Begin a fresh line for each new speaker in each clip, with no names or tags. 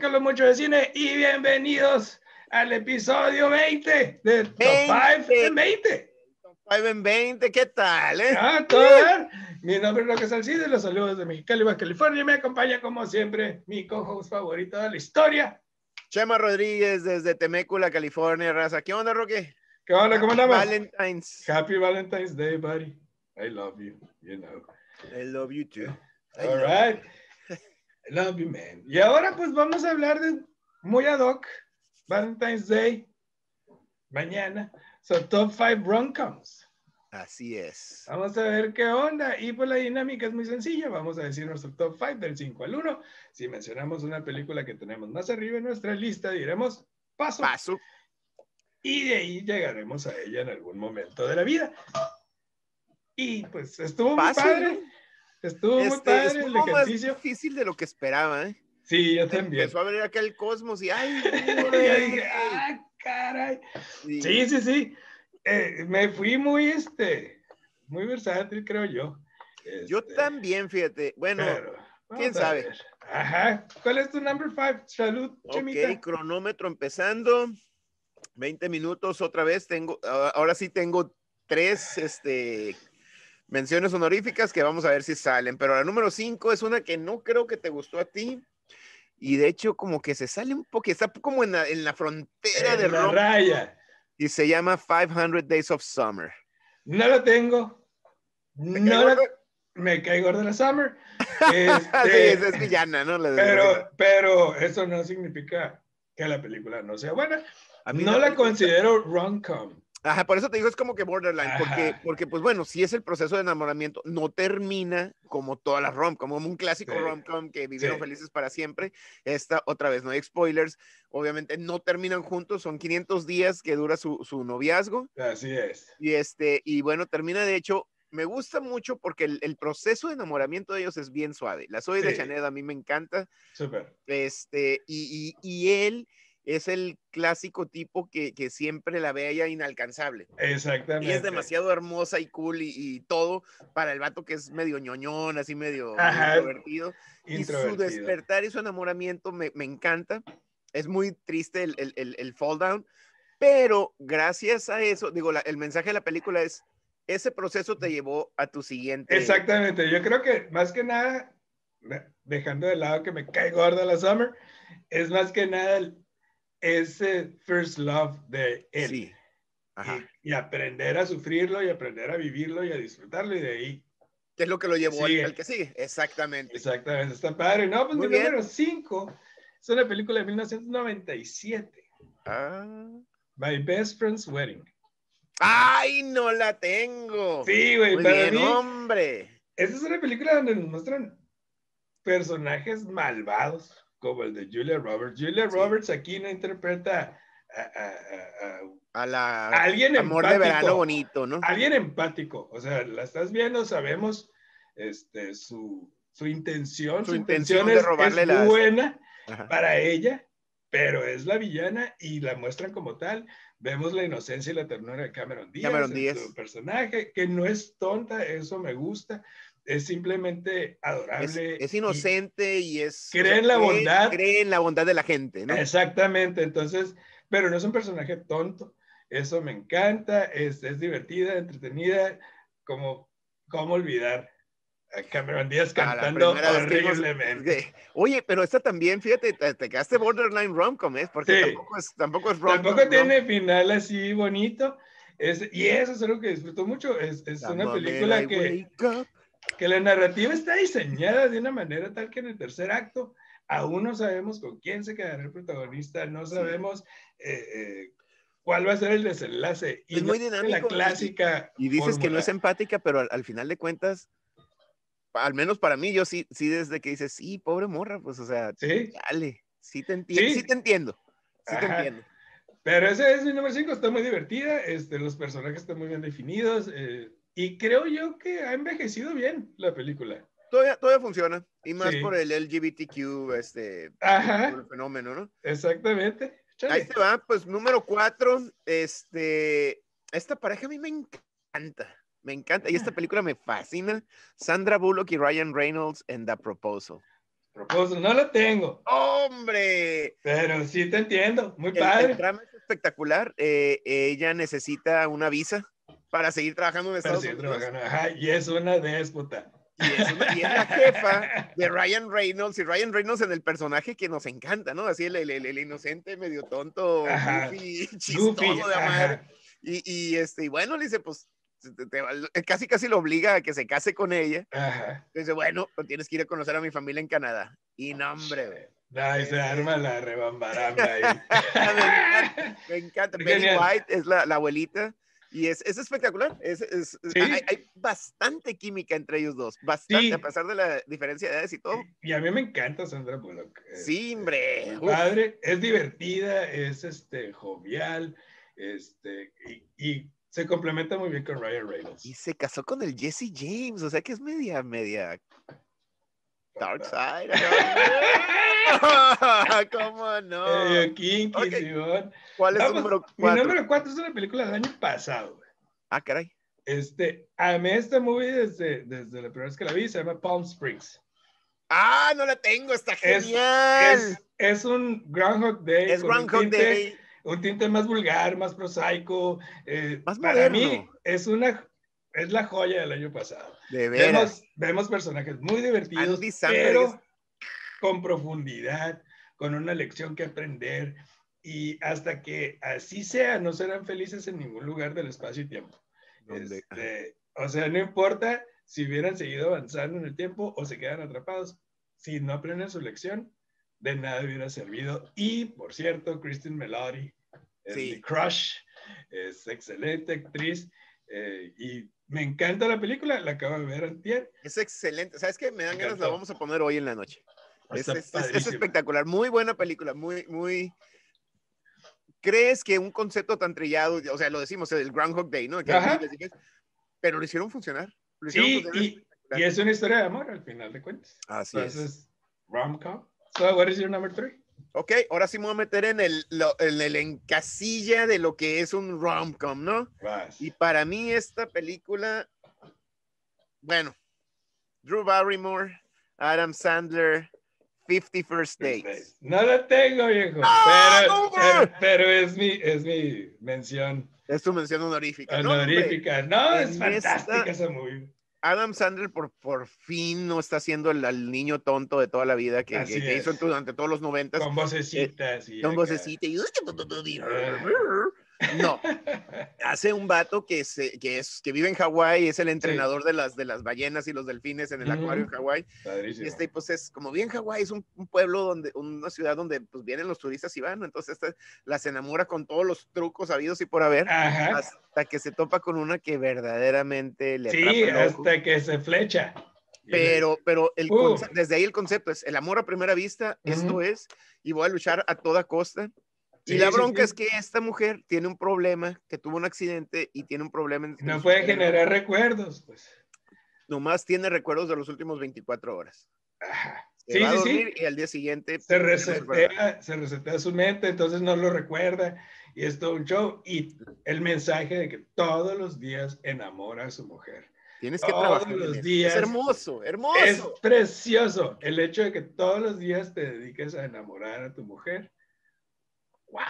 con mucho de cine y bienvenidos al episodio 20 de Top 5 en 20.
Top 5 en 20, ¿qué tal? Eh?
Ah, todo bien. Mi nombre es Roque Salcido y los saludos de Mexicali, Baja California. Me acompaña, como siempre, mi co-host favorito de la historia.
Chema Rodríguez desde Temécula, California, raza. ¿Qué onda, Roque?
¿Qué onda? ¿Cómo andamos?
Valentine's.
Happy Valentine's Day, buddy. I love you, you know.
I love you too. I
All
love
right. I love you, man. Y ahora pues vamos a hablar de muy ad hoc, Valentine's Day, mañana. So, top 5 rom-coms.
Así es.
Vamos a ver qué onda. Y pues la dinámica es muy sencilla. Vamos a decir nuestro top 5 del 5 al 1. Si mencionamos una película que tenemos más arriba en nuestra lista, diremos paso.
Paso.
Y de ahí llegaremos a ella en algún momento de la vida. Y pues estuvo muy
Paso,
padre. Estuvo muy
Este,
padre el
estuvo más
ejercicio.
difícil de lo que esperaba, ¿eh?
Sí, yo también.
Empezó a abrir acá el cosmos y ¡ay!
Yo dije, ah, caray.
Sí.
Sí, sí, sí. Eh, me fui muy, este, muy versátil, creo yo.
Yo
Este,
también, fíjate. Bueno,
Pero, vamos
¿quién
a
sabe?
ver. Ajá. ¿Cuál es tu number five? Salud, Chemita.
ok, cronómetro empezando. 20 minutos otra vez. Tengo, a- ahora sí tengo tres este, menciones honoríficas que vamos a ver si salen. Pero la número 5 es una que no creo que te gustó a ti. Y de hecho, como que se sale un poco, está como en la, en la frontera
En
de
la
rom-
raya.
Y se llama 500 Days of Summer.
No lo tengo. No
caigo
la-
gordo?
me cae gorda la Summer.
Ah, Sí,
Este,
esa es villana, ¿no? La de-
pero, pero eso no significa que la película no sea buena.
a mí
No la
película-
considero rom-com.
Ajá, por eso te digo, es como que borderline,
Ajá.
porque, porque, pues bueno, si es el proceso de enamoramiento, no termina como todas las rom, como un clásico
Sí.
rom-com que vivieron
Sí.
felices para siempre. Esta, otra vez, no hay spoilers, obviamente no terminan juntos, son 500 días que dura su, su noviazgo,
Así es.
y este, y bueno, termina de hecho, me gusta mucho porque el, el proceso de enamoramiento de ellos es bien suave. La soy de
Sí.
Chanel a mí me encanta,
Súper.
este, y, y- y él es el clásico tipo que, que siempre la ve a ella inalcanzable.
Exactamente.
Y es demasiado hermosa y cool y, y todo para el vato que es medio ñoñón, así medio medio
Ajá.
introvertido. Y su
Introvertido.
despertar y su enamoramiento me, me encanta. Es muy triste el, el, el- el fall down, pero gracias a eso, digo, la- el mensaje de la película es, ese proceso te llevó a tu siguiente.
Exactamente, yo creo que más que nada, de- dejando de lado que me cae gorda la Summer, es más que nada el- ese first love de él.
Sí. Ajá.
Y, y aprender a sufrirlo y aprender a vivirlo y a disfrutarlo y de ahí.
¿Qué es lo que lo llevó al-
Sigue.
al que sigue? Exactamente.
Exactamente, está padre. No, pues
Muy
mi
bien.
número 5 es una película de 1997,
Ah.
My Best Friend's Wedding.
¡Ay, no la tengo!
Sí, güey,
Oh, Muy
para
bien,
mí,
hombre.
Esa es una película donde nos muestran personajes malvados, como el de Julia Roberts. Julia
Sí.
Roberts aquí no interpreta a, a- a-
A la
a alguien
amor
empático. Ah,
de verano bonito, ¿no?
Alguien empático. O sea, la estás viendo, sabemos este, su, su intención.
Su
Su,
intención
intención,
de
es,
robarle
es
las-
buena
Ajá.
para ella, pero es la villana y la muestran como tal. Vemos la inocencia y la ternura de Cameron Díaz,
Cameron
en
Díaz.
su personaje, que no es tonta, eso me gusta, es simplemente
Es,
adorable.
es
y-
inocente y es...
Cree en la
cree-
bondad.
Cree en la bondad de la gente, ¿no?
Exactamente, entonces, pero no es un personaje tonto, eso me encanta, es, es divertida, entretenida, como, ¿cómo olvidar a Cameron Díaz
A la
cantando
primera vez que vimos-
horriblemente?
Eh, Oye, pero esta también, fíjate, te, te quedaste borderline rom-com, ¿eh? Porque
Sí.
tampoco es, tampoco es rom-com.
Tampoco
rom-
tiene final así bonito. Es, y eso es algo que disfruto mucho. Es, es
The
una
moment I
película que,
wake up.
que la narrativa está diseñada de una manera tal que en el tercer acto aún no sabemos con quién se quedará el protagonista, no sabemos eh, eh, cuál va a ser el desenlace. Y
Es
no
muy
de
dinámico,
La clásica.
Y dices que
fórmula.
no es empática, pero al, al final de cuentas, pa- al menos para mí, yo sí, sí desde que dices, sí, pobre morra, pues, o sea,
Sí,
Dale, sí te entiendo. Sí,
Sí.
te entiendo. Sí te
Ajá.
entiendo.
pero ese es mi número 5, está muy divertida, este, los personajes están muy bien definidos eh, y creo yo que ha envejecido bien la película.
Todavía, todavía funciona. Y más
Sí.
por el LGBTQ, este
Ajá,
el fenómeno, ¿no?
exactamente. Chale.
Ahí te va, pues número cuatro, este, esta pareja a mí me encanta. Me
Ah.
encanta. Y esta película me fascina. Sandra Bullock y Ryan Reynolds en The Proposal.
Proposal, Pues, no lo tengo,
¡Hombre!
pero sí te entiendo, muy
El, el
padre.
trama es espectacular. Eh, ella necesita una visa para seguir trabajando en
Pero
Estados
sí,
Unidos.
trabajando, ajá, y es una déspota.
Y es, una- y es la jefa de Ryan Reynolds. Y Ryan Reynolds en el personaje que nos encanta, ¿no? Así el, el- el- el inocente, medio tonto,
Ajá.
goofy, chistoso
Goofy,
de la
ajá.
madre. Y, y, este, y bueno, le dice, pues, te- te- casi casi lo obliga a que se case con ella.
Ajá.
Dice, bueno, pues tienes que ir a conocer a mi familia en Canadá. Y no, hombre, güey.
Ahí se arma la rebambaramba ahí.
Me Me encanta.
Qué
Betty
genial.
White es la, la abuelita y es, es espectacular. Es, es-
Sí.
hay, hay bastante química entre ellos dos, bastante,
Sí.
a pesar de la diferencia de edades y todo.
Y a mí me encanta Sandra Bullock.
Sí,
Este,
hombre.
muy
Uf.
Padre, es divertida, es este, jovial, este, y, y se complementa muy bien con Ryan
Y
Reynolds.
se casó con el Jesse James, o sea que es media, media dark side. ¿no? ¿Cómo no?
Eh, Kinky,
Ok.
Simón.
¿Cuál es tu
Vamos,
número
Mi
cuatro?
número 4 es una película del año pasado. güey.
Ah, caray.
Este, amé esta movie desde, desde la primera vez que la vi, se llama Palm Springs.
Ah, no la tengo, está
Es-
genial.
Es, es un Groundhog Day.
Es
con un
Groundhog
tinte-
Day.
un tinte más vulgar, más prosaico. eh,
Más
para
moderno.
mí es una es la joya del año pasado.
De veras.
Vemos, vemos personajes muy divertidos,
Andy Samberg es-
pero con profundidad, con una lección que aprender. Y hasta que así sea, no serán felices en ningún lugar del espacio y tiempo.
Donde-
Este, o sea, no importa si hubieran seguido avanzando en el tiempo o se quedan atrapados. Si no aprenden su lección, de nada hubiera servido. Y, por cierto, Kristen Melody, es
Sí.
mi crush, es excelente actriz eh, y me encanta la película, la acabo de ver antier.
Es excelente. ¿Sabes qué? Me dan
Me
ganas, la
encantó.
vamos a poner hoy en la noche. Es,
Está
es- es- es
padrísima.
espectacular. Muy buena película, muy, muy... ¿Crees que un concepto tan trillado, o sea, lo decimos, el Groundhog Day, ¿no? Que-
Ajá.
Pero lo hicieron funcionar. Lo hicieron
Sí,
funcionar.
y, y es una historia de amor al final de cuentas.
Así es.
Entonces, rom-com. So, what is your number three?
Ok, ahora sí me voy a meter en el, lo- en el encasilla de lo que es un rom-com, ¿no?
Vas.
Y para mí esta película, bueno, Drew Barrymore, Adam Sandler, 50 First Dates.
No la tengo, viejo.
¡Ah,
pero,
no, güey!
pero, pero es mi, es mi mención
Es tu mención honorífica. ¿no, hombre?
honorífica. No, es
En
fantástica
esta-
esa movie.
Adam Sandler por, por fin no está siendo el, el niño tonto de toda la vida que,
Así
que- que
es.
hizo durante todos los noventas.
Con vocecitas y.
eh, Con
acá.
vocecita y- No, hace un vato que, se, que, es, que vive en Hawái, es el entrenador de, las, de las ballenas y los delfines en el
Ujú.
acuario en Hawái.
Padrísimo.
Y este, pues es como bien Hawái, es un, un pueblo donde, una ciudad donde pues vienen los turistas y van, entonces esta las enamora con todos los trucos habidos y por haber,
Ajá.
hasta que se topa con una que verdaderamente le atrapa
Sí,
el ojo.
hasta que se flecha. Y le-
Pero, pero el
Uh.
conce- desde ahí el concepto es el amor a primera vista, esto
Ujú.
es, y voy a luchar a toda costa. Y
Sí,
la
sí,
bronca
sí.
es que esta mujer tiene un problema, que tuvo un accidente y tiene un problema. en- en
No
su
puede
cerebro.
generar recuerdos, pues.
Nomás tiene recuerdos de los últimos 24 horas.
Ajá.
Se
Sí,
va a
sí, sí.
dormir y al día siguiente
Se
recuerda.
resetea, se resetea su mente, entonces no lo recuerda. Y es todo un show. Y el mensaje de que todos los días enamora a su mujer.
tienes que
Todos
trabajar. en
los
eso.
días.
Es hermoso,
Es
hermoso.
precioso el hecho de que todos los días te dediques a enamorar a tu mujer. ¡Wow!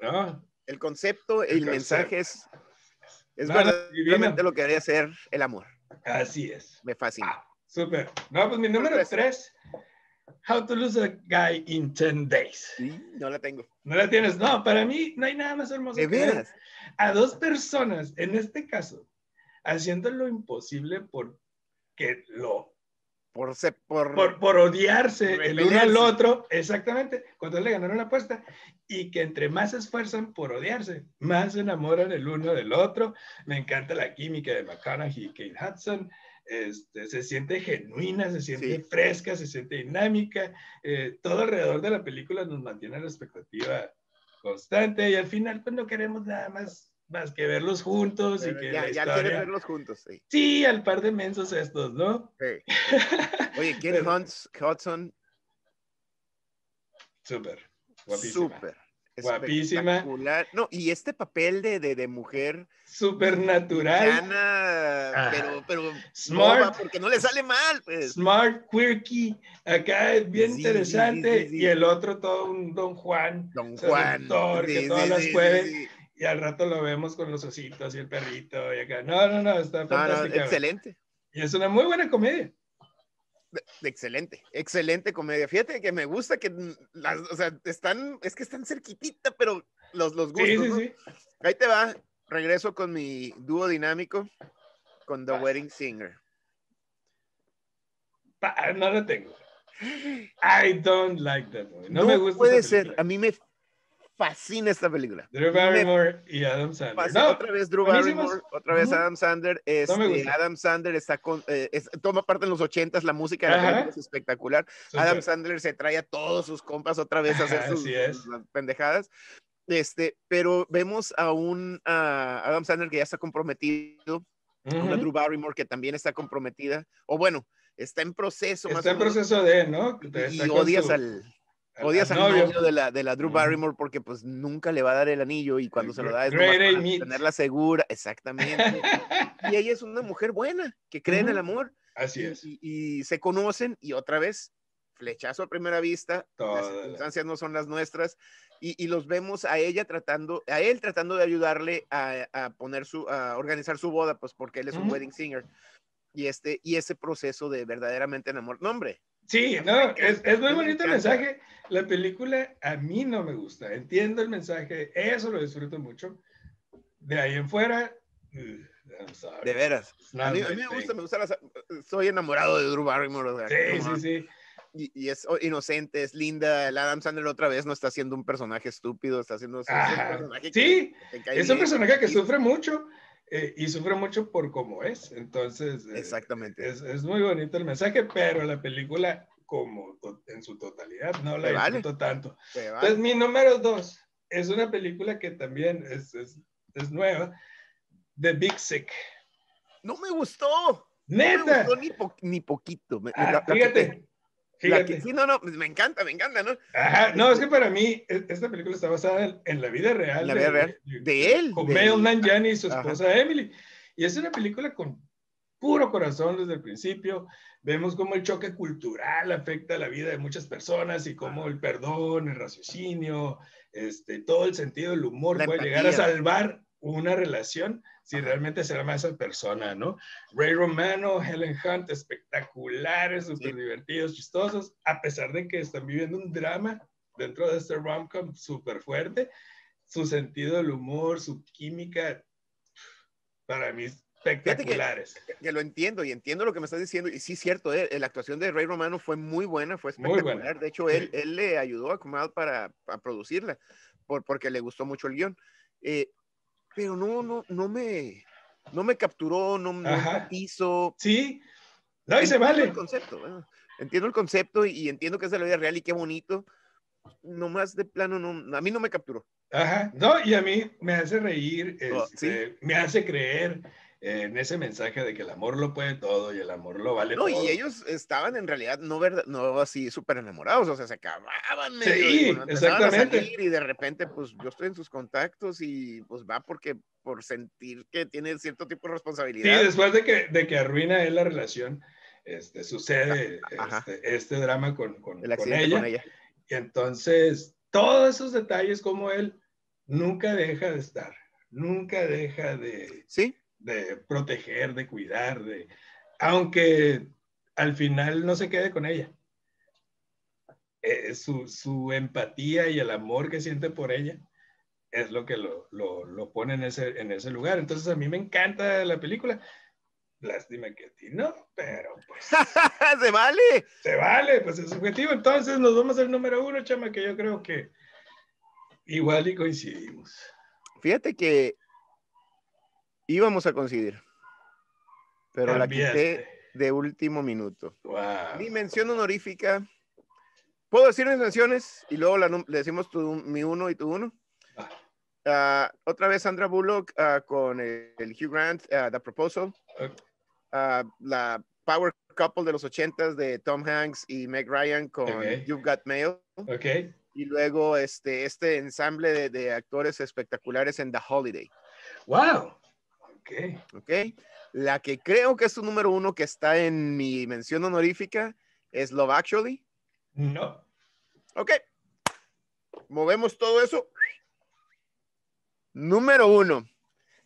¿No?
El concepto, el,
El concepto.
mensaje es, es
No, no,
verdaderamente
divino.
lo que debería ser el amor.
Así es.
Me fascina.
Ah, Súper. No, pues mi número
Súper.
tres. How to lose a guy in 10 days.
Sí, no la tengo.
No la tienes. No, para mí no hay nada más hermoso.
De
que ver
veras.
A dos personas, en este caso, haciendo lo imposible por que lo
Por, se- por,
por, por odiarse el uno al
Repelerse.
otro, exactamente, cuando le ganaron la apuesta, y que entre más se esfuerzan por odiarse, más se enamoran el uno del otro. Me encanta la química de McConaughey y Kate Hudson. Este, se siente genuina, se siente
Sí.
fresca, se siente dinámica. eh, todo alrededor de la película nos mantiene a la expectativa constante y al final pues no queremos nada más, más que verlos juntos y
Pero
que
ya,
la
ya
historia...
quieren verlos juntos. Sí.
Sí, al par de mensos estos, ¿no?
Sí. Oye, Kate
Pero-
Hunts- Hudson,
Súper. guapísima.
súper.
Guapísima.
espectacular. No, y este papel de, de, de mujer
supernatural,
Ana,
Ah.
pero, pero
Smart.
boba, porque no le sale mal, pues.
smart, quirky, acá es bien
Sí,
interesante,
sí, sí, sí.
y el otro todo un Don Juan,
Don Juan.
seductor, que
Sí,
todas
sí,
las
sí,
puede.
sí, sí.
y al rato lo vemos con los ositos y el perrito, y acá, no, no, no, está
No, no,
fantástica.
excelente,
y es una muy buena comedia.
excelente, excelente comedia. Fíjate que me gusta que mm, las, o sea, están, es que están cerquitita, pero los, los gustos,
Sí, sí,
¿no?
sí.
Ahí te va. Regreso con mi dúo dinámico con The
Vas.
Wedding Singer.
Pa- no lo tengo. I don't like that movie. No, me gusta.
Puede
esa
ser.
película.
A mí me fascina esta pelculina
Drew
Me
Barrymore y Adam Sandler.
fascina
No,
otra vez Drew
buenísimas.
Barrymore, otra vez
Ujú.
Adam Sandler.
No me
Este,
gusta.
Adam Sandler está con, eh, es- toma parte en los ochentas, la música de la
Ajá.
película es espectacular.
súper.
Adam Sandler se trae a todos sus compas otra vez a hacer
Ajá,
sus,
así es.
sus pendejadas. Este, pero vemos a un a Adam Sandler que ya está comprometido, a una
Ujú.
Drew Barrymore que también está comprometida, o bueno, está en proceso. más
Está
o
en
menos,
proceso de, ¿no?
Y,
Está
y
con
odias
su-
al, odias al novio, de, la, de la Drew
Ujú.
Barrymore porque pues nunca le va a dar el anillo y cuando se lo da es
Great
nomás para
Amy.
tenerla segura, exactamente. y ella es una mujer buena que cree en el
Ujú.
amor
Así
y,
es.
y- y se conocen y otra vez flechazo a primera vista,
Toda
las
la-
circunstancias no son las nuestras y, y los vemos a ella tratando, a él tratando de ayudarle a, a poner su, a organizar su boda, pues porque él es un
Ujú.
wedding singer. Y, este, y ese proceso de verdaderamente enamor. No, hombre,
Sí, no, es, es muy
Me
bonito el
encanta.
mensaje. La película a mí no me gusta. Entiendo el mensaje, eso lo disfruto mucho. De ahí en fuera, uh, I'm sorry.
de veras.
It's not
A mí, a
my
mí me gusta,
thing.
me gusta. las- soy enamorado de Drew Barrymore. o sea,
Sí,
como-
sí, sí.
Y, y es oh, inocente, es linda. El Adam Sandler otra vez no está haciendo un personaje estúpido, está haciendo es un
Ajá.
personaje que
Sí,
te cae
es un
bien.
personaje que
sí.
sufre mucho eh, y sufre mucho por cómo es. Entonces, eh,
Exactamente.
es, es muy bonito el mensaje, pero la película como to- en su totalidad no la
Me vale.
disfruto tanto.
Te va.
Entonces, Pues mi número dos es una película que también es, es- es nueva, The Big Sick.
no me gustó. No me
¡Neta!
gustó ni, po- ni poquito. Me-
Ah,
la- la que-
fíjate,
la que-
fíjate.
sí, no, no, me encanta, me encanta, ¿no?
Ajá, no, es que para mí e- esta película está basada en, en la vida real.
En la vida real. De él,
Con
de
Mel
él.
Nanjiani y su
Ajá.
esposa Emily. Y es una película con puro corazón desde el principio. Vemos cómo el choque cultural afecta la vida de muchas personas y cómo el perdón, el raciocinio, este, todo el sentido del humor
La
puede
empatía.
llegar a salvar una relación si realmente se ama a esa persona, ¿no? Ray Romano, Helen Hunt, espectaculares, súper divertidos, chistosos, a pesar de que están viviendo un drama dentro de este rom-com súper fuerte, su sentido del humor, su química, para mí espectaculares.
Que lo entiendo y entiendo lo que me estás diciendo. Y sí, cierto, eh, la actuación de Rey Romano fue muy buena, fue
Muy buena.
espectacular. De hecho, él,
Sí.
él le ayudó a Kumal para, a producirla, por, porque le gustó mucho el guión. Eh, pero no, no, no me, no me capturó, no, no
Ajá.
empatizo.
Sí, no, y se
Entiendo
vale.
el concepto, ¿verdad? entiendo el concepto y, y entiendo que es de la vida real y qué bonito. Nomás de plano, no, a mí no me capturó.
Ajá, no, y a mí me hace reír,
Oh,
este, me hace creer eh, en ese mensaje de que el amor lo puede todo y el amor lo vale
No,
todo.
y ellos estaban en realidad no, verdad, no así súper enamorados, o sea, se acababan.
Sí,
digo, empezaban a
exactamente.
salir y de repente, pues yo estoy en sus contactos y pues va porque por sentir que tiene cierto tipo
Sí,
de responsabilidad.
después de que, de que arruina él la relación, este, sucede
Ajá.
este, este drama con, con,
el
con
accidente
ella.
con ella.
Y entonces, todos esos detalles como él nunca deja de estar, nunca deja de,
Sí,
de proteger, de cuidar, de, aunque al final no se quede con ella. Eh, su, su empatía y el amor que siente por ella es lo que lo, lo- lo pone en ese, en ese lugar. Entonces a mí me encanta la película. Lástima que a ti no, pero pues
ah, se vale.
se vale, pues es subjetivo. Entonces nos vamos al número uno, chama, que yo creo que igual y coincidimos.
Fíjate que íbamos a coincidir, pero la quité
Cambiaste.
de último minuto.
Wow.
Mi mención honorífica. ¿Puedo decir mis menciones? Y luego la num- le decimos tu, mi uno y tu uno.
Ah.
Ah, otra vez Sandra Bullock ah, con el, el Hugh Grant, ah, The Proposal.
Ok.
Ah, la Power Couple de los ochentas de Tom Hanks y Meg Ryan con
Ok.
You've Got Mail.
Ok.
y luego este, este ensamble de, de actores espectaculares en The Holiday.
¡Wow! Ok.
¿ok? La que creo que es tu número uno que está en mi mención honorífica es Love Actually.
No.
Ok. Movemos todo eso. Número uno.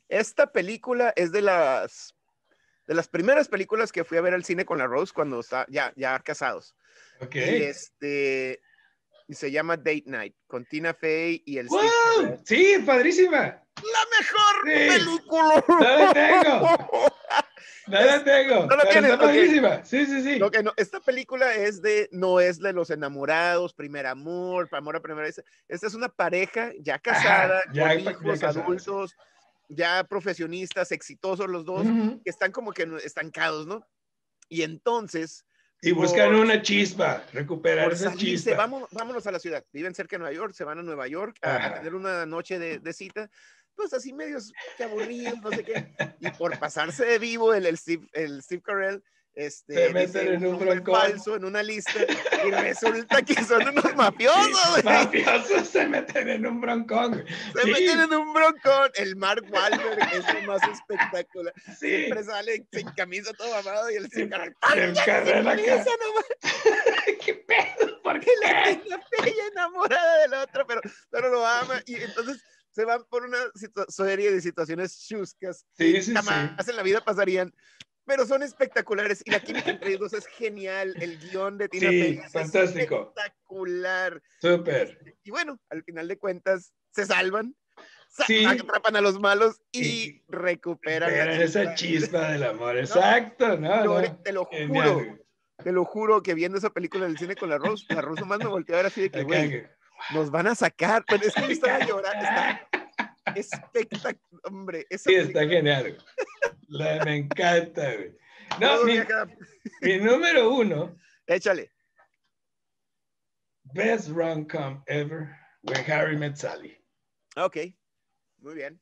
Esta película es de las, de las primeras películas que fui a ver al cine con la Rose cuando está ya, ya casados.
Ok.
Y este, y se llama Date Night con Tina Fey y el... Steve
¡Wow!
Carell.
Sí, padrísima.
¡La mejor
Sí.
película!
¡No la tengo! No la tengo.
No la
pero
tienes,
Está
ok.
padrísima. Sí, sí, sí.
Lo que no- esta película es de, no es de los enamorados, primer amor, amor a primera vista. Esta es una pareja ya casada,
ya
con
pa- ya
hijos,
casada, sí.
adultos, ya profesionistas, exitosos los dos,
Ujú.
que están como que en- estancados, ¿no? Y entonces,
Y buscar una chispa, recuperar
por
esa
salirse,
chispa.
vámonos, vámonos a la ciudad. Viven cerca de Nueva York, se van a Nueva York a, a
Ajá.
tener una noche de, de cita. Pues así medios que aburridos, no sé qué. Y por pasarse de vivo, el, el, Steve, el Steve Carell este,
Se meten en un
nombre
broncón.
falso en una lista y resulta que son unos mafiosos. güey.
Mafiosos se meten en un broncón.
Se
Sí.
meten en un broncón. El Mark Wahlberg es lo más espectacular.
Sí.
Siempre sale sin camisa todo amado y el Steve Carell.
El carrera acá.
camisa nomás!
¿Qué pedo? ¿Por
que la
qué?
tenga bella enamorada del otro, pero, pero lo ama. Y entonces se van por una situa- serie de situaciones chuscas
Sí, sí, sí.
jamás en la vida pasarían, pero son espectaculares. Y la química entre ellos dos es genial. El guión de Tina
Sí,
Fey es
fantástico.
espectacular.
Súper.
Y bueno, al final de cuentas, se salvan. sa-
Sí.
Atrapan a los malos y,
Y
recuperan la
Era esa chispa del amor. Exacto, ¿no?
Lore-
no.
Te lo
Genial,
juro, te lo juro que viendo esa película en el cine con la Rose, la Rose nomás me volteó a ver así de que,
güey.
güey,
Acá,
nos van a sacar. Pero es que yo estaba llorando. Está espectacular. Hombre, esa
Sí, está
película-
genial. güey. La- me encanta, güey. No,
Todo
mi,
viaja-
mi número uno,
Échale.
best rom-com ever, When Harry Met Sally.
Ah, Ok. Muy bien.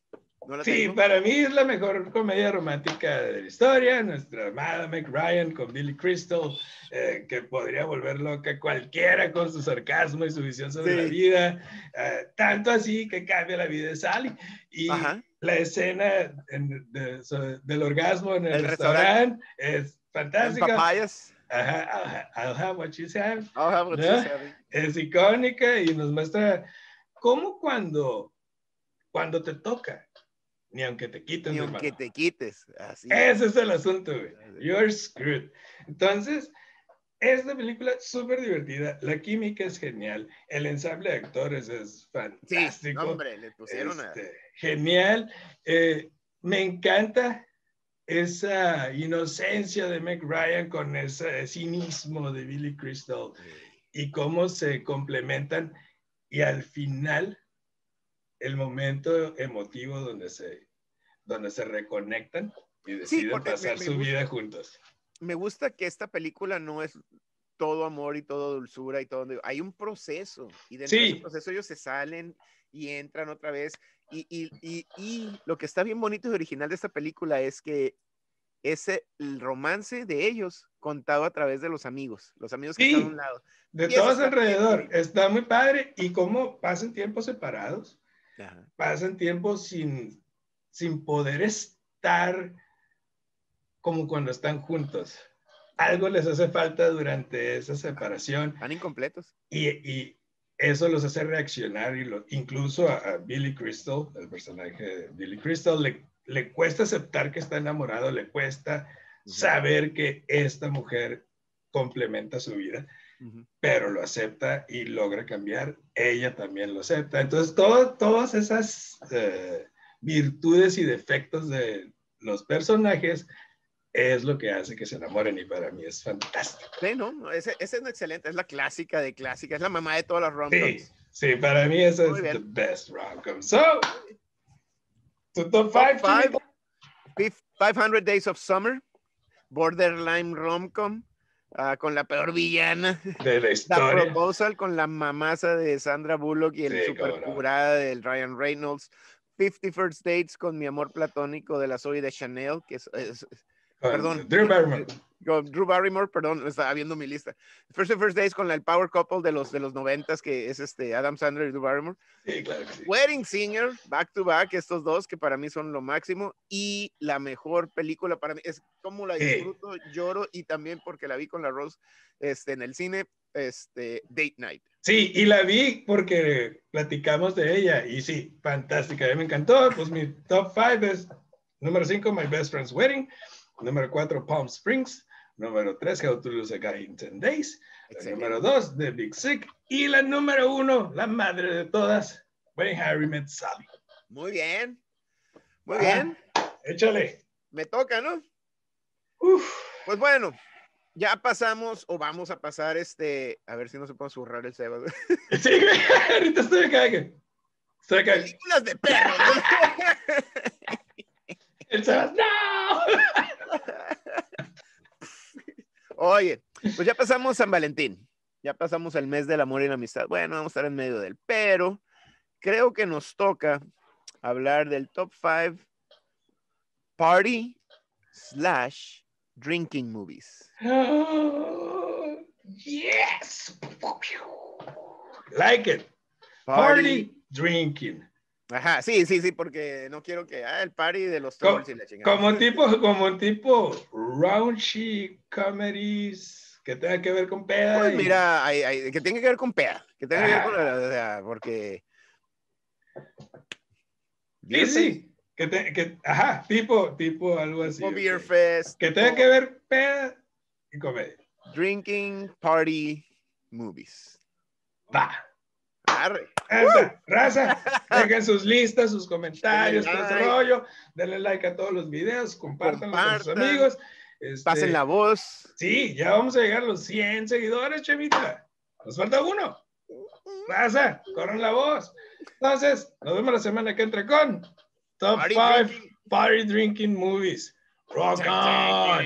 No la
Sí,
tengo.
para mí es la mejor comedia romántica de la historia. Nuestra amada Meg Ryan con Billy Crystal, eh, que podría volver loca cualquiera con su sarcasmo y su visión sobre
Sí.
la vida. eh, tanto así que cambia la vida de Sally. Y
Ajá.
la escena en- de- so- del orgasmo en el,
El
restaurante, es
En
fantástica.
papayas.
Ajá, ajá, ajá, what she said
Ajá, porque
¿Eh?
sí sabe.
es icónica y nos muestra cómo cuando, cuando te toca, ni aunque te quiten
Ni
de
aunque
mano.
te quites. Así.
Ese es el asunto, güey. You're screwed. Entonces, esta película es súper divertida, la química es genial, el ensamble de actores es
Sí,
fantástico.
no, hombre, le pusieron a-
Este, Genial. Eh, me encanta esa inocencia de Meg Ryan con ese cinismo de Billy Crystal y cómo se complementan y al final el momento emotivo donde se, donde se reconectan y deciden
porque me-
pasar
me
su
gusta.
vida juntos.
Me gusta que esta película no es todo amor y todo dulzura y todo. Hay un proceso. Y dentro de
Sí.
ese proceso ellos se salen y entran otra vez. Y, y, y, y lo que está bien bonito y original de esta película es que ese el romance de ellos contado a través de los amigos, los amigos que
Sí.
están a un lado.
De
Y eso
todos
está bien
alrededor,
bonito.
está muy padre y cómo pasan tiempos separados, pasan tiempos sin, sin poder estar como cuando están juntos. Algo les hace falta durante esa separación
Están incompletos.
Y, y eso los hace reaccionar, y lo, incluso a, a Billy Crystal, el personaje de Billy Crystal, le, le cuesta aceptar que está enamorado, le cuesta
Ujú,
saber que esta mujer complementa su vida,
ujú.
pero lo acepta y logra cambiar, ella también lo acepta. Entonces, todo- todas esas eh, virtudes y defectos de los personajes es lo que hace que se enamoren y para mí es fantástico.
Sí, no, no, ese, ese es un excelente, es la clásica de clásica, es la mamá de todas las rom
Sí, sí, para mí eso
Muy
es
bien.
the best rom-com. So, tu top 5.
five. 500 Days of Summer, Borderline Romcom, ah, con la peor villana,
de la
La
historia.
Proposal con la mamaza de Sandra Bullock y el
Sí, cómo no.
supercurada del Ryan Reynolds, 50 First Dates con mi amor platónico de la Zoe de Chanel, que es, es- Perdón.
Drew Barrymore.
Yo, Drew Barrymore, perdón, estaba viendo mi lista. First and First Days con la- el Power Couple de los de los noventas, que es este Adam Sandler y Drew Barrymore.
Sí, claro que sí.
Wedding Singer, back to back, estos dos que para mí son lo máximo. Y la mejor película para mí es como la
Sí.
disfruto, lloro y también porque la vi con la Rose este, en el cine, este, Date Night.
Sí, y la vi porque platicamos de ella y sí, fantástica, a mí me encantó. Pues mi top 5 es número 5, My Best Friend's Wedding, número 4, Palm Springs, número 3, How to Lose a Guy in 10 Days, la
Excelente.
número 2, The Big Sick y la número 1, la madre de todas, When Harry Met Sally.
Muy bien, muy
Ajá.
bien.
Échale.
Me toca, ¿no?
Uf.
Pues bueno, ya pasamos o vamos a pasar este, a ver si no se puede zurrar el Sebas. güey.
Sí, ahorita estoy acá. que- Estoy acá.
Películas de perros. ¿no?
El Sebas, ¡no!
Oye, pues ya pasamos San Valentín. Ya pasamos el mes del amor y la amistad. Bueno, vamos a estar en medio del, pero creo que nos toca hablar del top 5 party slash drinking movies.
Oh, yes! Like it.
Party.
Party drinking.
Ajá, sí, sí, sí, porque no quiero que, ah, el party de los
Co-
trolls y la chingada.
Como tipo, como tipo raunchy comedies que tenga que ver con peda.
Pues
y-
mira, hay- hay- que tenga que ver con peda, que tenga que ver con,
Ah.
la- o sea, porque...
Sí, sí. Que, te- que- ajá, tipo, tipo algo así.
Tipo
ok.
beer fest,
Que tenga
tipo
que ver peda y comedia.
drinking, party, movies.
Va.
Arre.
Anda, raza, dejen sus listas, sus comentarios,
Denle
todo ese
like.
rollo, denle like a todos los videos, compártanlo con sus
Compartan.
amigos. este,
Pasen la voz.
Sí, ya vamos a llegar a los 100 seguidores, Chemita. Nos falta uno. Raza, corran la voz. Entonces, nos vemos la semana que entra con Top
Party,
5
drinking.
Party Drinking Movies. Rock on.